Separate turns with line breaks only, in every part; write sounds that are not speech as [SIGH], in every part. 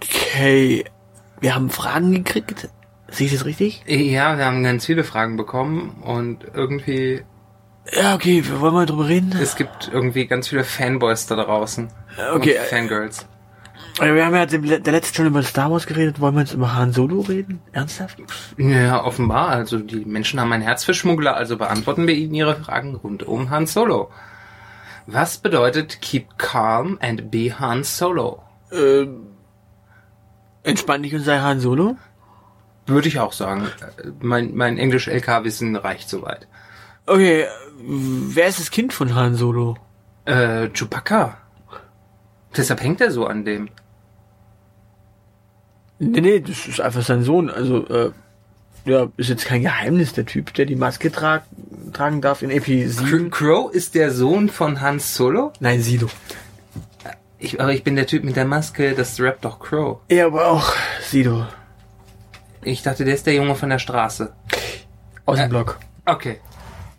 Okay. Wir haben Fragen gekriegt. Sehe ich das richtig?
Ja, wir haben ganz viele Fragen bekommen und irgendwie,
Ja, okay, wir wollen mal drüber reden.
es gibt irgendwie ganz viele Fanboys da draußen.
Okay.
Und Fangirls.
Also wir haben ja dem, der letzte schon über Star Wars geredet. Wollen wir jetzt über Han Solo reden? Ernsthaft?
Ja, offenbar. Also die Menschen haben ein Herz für Schmuggler, also beantworten wir ihnen ihre Fragen rund um Han Solo. Was bedeutet keep calm and be Han Solo?
Ähm, entspann dich und sei Han Solo?
Würde ich auch sagen. Äh, Mein, mein Englisch-LK-Wissen reicht soweit.
Okay, äh, wer ist das Kind von Han Solo?
Äh, Chewbacca. Deshalb hängt er so an dem.
Nee, nee, das ist einfach sein Sohn. Also, äh, ja, ist jetzt kein Geheimnis. Der Typ, der die Maske tra tragen darf in
Cr-
EP7.
Crow ist der Sohn von Han Solo?
Nein, Sido.
Ich, aber ich bin der Typ mit der Maske, das rappt doch Crow.
Ja, aber auch Sido.
Ich dachte, der ist der Junge von der Straße.
Aus dem Block.
Okay.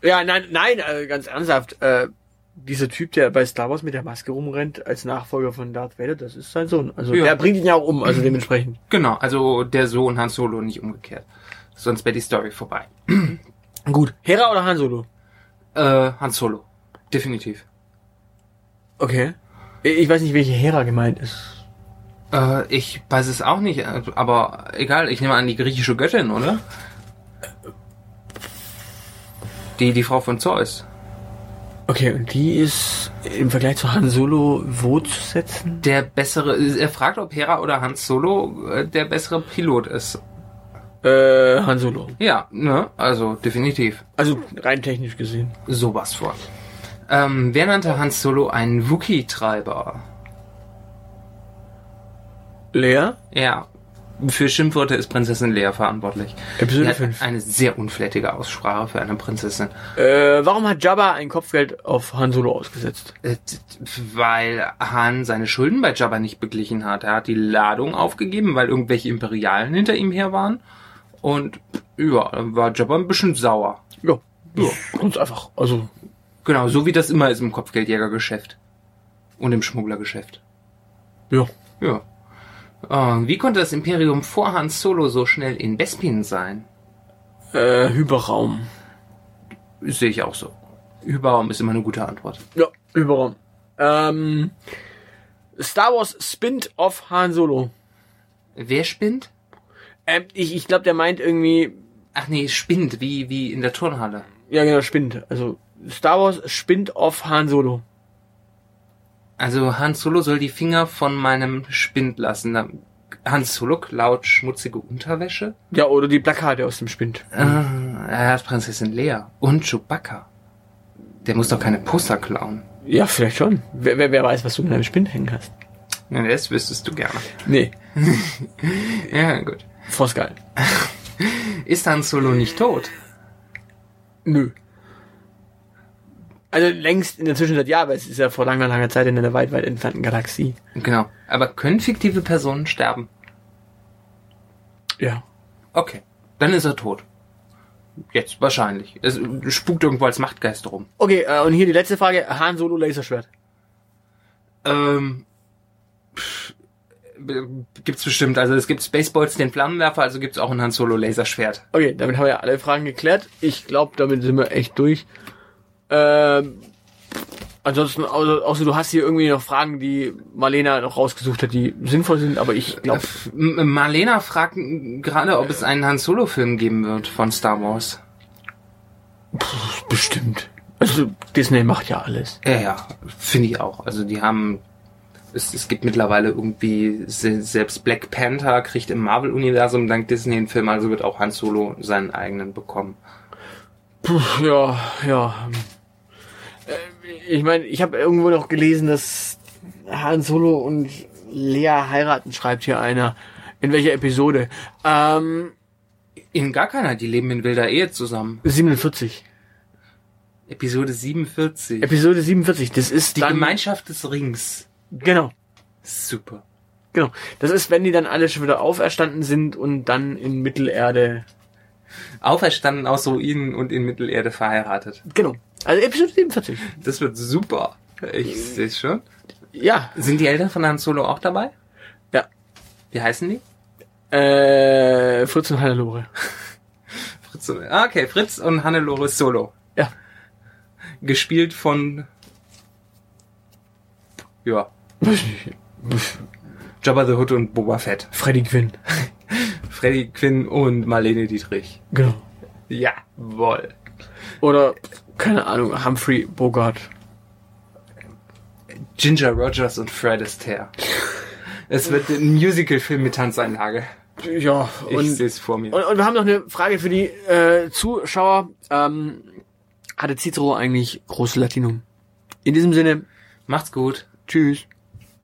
Ja, nein, nein, äh, ganz ernsthaft. Äh, dieser Typ, der bei Star Wars mit der Maske rumrennt, als Nachfolger von Darth Vader, das ist sein Sohn. Also
Ja.
der bringt ihn ja auch um, also dementsprechend.
Genau, also der Sohn Han Solo, nicht umgekehrt. Sonst wäre die Story vorbei.
Gut. Hera oder Han Solo?
Äh, Han Solo. Definitiv.
Okay. Ich weiß nicht, welche Hera gemeint ist.
Äh, ich weiß es auch nicht, äh, aber egal, ich nehme an, die griechische Göttin, oder? Die, die Frau von Zeus.
Okay, und die ist im Vergleich zu Han Solo wo zu setzen?
Der bessere, er fragt, ob Hera oder Han Solo äh, der bessere Pilot ist.
Äh, Han Solo.
Ja, ne? Also, definitiv.
Also rein technisch gesehen.
Sowas vor. Ähm, wer nannte Han Solo einen Wookie-Treiber?
Leia?
Ja. Für Schimpfworte ist Prinzessin Lea verantwortlich.
Episode
Die hat
5.
Eine sehr unflätige Aussprache für eine Prinzessin.
Äh, warum hat Jabba ein Kopfgeld auf Han Solo ausgesetzt?
Äh, t- t- Weil Han seine Schulden bei Jabba nicht beglichen hat. Er hat die Ladung aufgegeben, weil irgendwelche Imperialen hinter ihm her waren. Und ja, dann war Jabba ein bisschen sauer.
Ja.
Ja.
Ganz einfach. Also,
Genau, so wie das immer ist im Kopfgeldjägergeschäft. Und im Schmugglergeschäft.
ja.
Ja. Äh, wie konnte das Imperium vor Han Solo so schnell in Bespin sein?
Äh, Hyperraum.
Sehe ich auch so. Überraum ist immer eine gute Antwort.
Ja, Hyperraum. Ähm, Star Wars spinnt off Han Solo.
Wer spinnt?
Ähm, ich ich glaube, der meint irgendwie,
Ach nee, spinnt, wie, wie in der Turnhalle.
ja genau, spinnt. Also, Star Wars spinnt off Han Solo.
Also Han Solo soll die Finger von meinem Spind lassen. Da- Han Solo klaut schmutzige Unterwäsche.
Ja, oder die Plakate aus dem Spind.
Äh, er hat Prinzessin Leia und Chewbacca. Der muss doch keine Poster klauen.
Ja, vielleicht schon. Wer, wer, wer weiß, was du in deinem Spind hängen hast.
Ja, das wüsstest du gerne.
Nee,
Ja, gut.
Force geil.
Ist Han Solo nicht tot?
Nö. Also längst in der Zwischenzeit ja, aber es ist ja vor langer, langer Zeit in einer weit, weit entfernten Galaxie.
Genau. Aber können fiktive Personen sterben?
Ja.
Okay. Dann ist er tot. Jetzt wahrscheinlich. Es spukt irgendwo als Machtgeist rum.
Okay, äh, und hier die letzte Frage. Han Solo Laserschwert.
Ähm, pff, b- gibt's bestimmt. Also es gibt Spaceballs, den Flammenwerfer, also gibt's auch ein Han Solo Laserschwert.
Okay, damit haben wir ja alle Fragen geklärt. Ich glaube, damit sind wir echt durch. Ähm, ansonsten, außer, außer du hast hier irgendwie noch Fragen, die Marlena noch rausgesucht hat, die sinnvoll sind, aber ich glaube,
Pff, M- Marlena fragt n- gerade, ob es einen Han Solo Film geben wird von Star Wars.
bestimmt. Also Disney macht ja alles.
Ja, ja, finde ich auch. Also die haben es, es gibt mittlerweile irgendwie se- selbst Black Panther kriegt im Marvel Universum dank Disney einen Film, also wird auch Han Solo seinen eigenen bekommen.
Ja, ja. Äh, Ich meine, ich habe irgendwo noch gelesen, dass Han Solo und Lea heiraten, schreibt hier einer. In welcher Episode? Ähm,
In gar keiner, die leben in wilder Ehe zusammen.
47.
Episode 47.
Episode 47. Das ist
die
dann,
Gemeinschaft des Rings.
Genau,
Super.
genau. Das ist, wenn die dann alle schon wieder auferstanden sind und dann in Mittelerde.
auferstanden aus Ruinen und in Mittelerde verheiratet.
Genau. Also Episode 47.
Das wird super. Ich sehe schon.
Ja.
Sind die Eltern von Han Solo auch dabei?
Ja.
Wie heißen die?
Äh, Fritz und Hannelore.
Fritz und, ah, okay, Fritz und Hannelore Solo.
Ja.
Gespielt von. Ja. Jabba the Hood und Boba Fett.
[LAUGHS] Freddy Quinn.
Freddy Quinn und Marlene Dietrich.
Genau.
Jawohl.
Oder, keine Ahnung, Humphrey Bogart.
Ginger Rogers und Fred Astaire. Es wird ein Musical-Film mit Tanzeinlage.
Ja,
Ich
und,
sehe es vor mir.
und, und wir haben noch eine Frage für die äh, Zuschauer. Ähm, hatte Cicero eigentlich großes Latinum? In diesem Sinne,
Macht's gut.
tschüss.